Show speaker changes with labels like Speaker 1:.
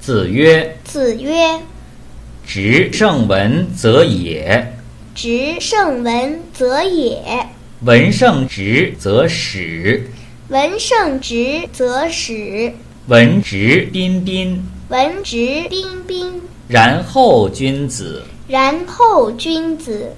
Speaker 1: 子曰
Speaker 2: 子曰：“
Speaker 1: 执圣文则也，：“
Speaker 2: 执圣文则也，
Speaker 1: 文圣直则始，
Speaker 2: 文圣直则始，
Speaker 1: 文直彬彬，
Speaker 2: 文直彬彬，
Speaker 1: 然后君子。”
Speaker 2: 然后君子。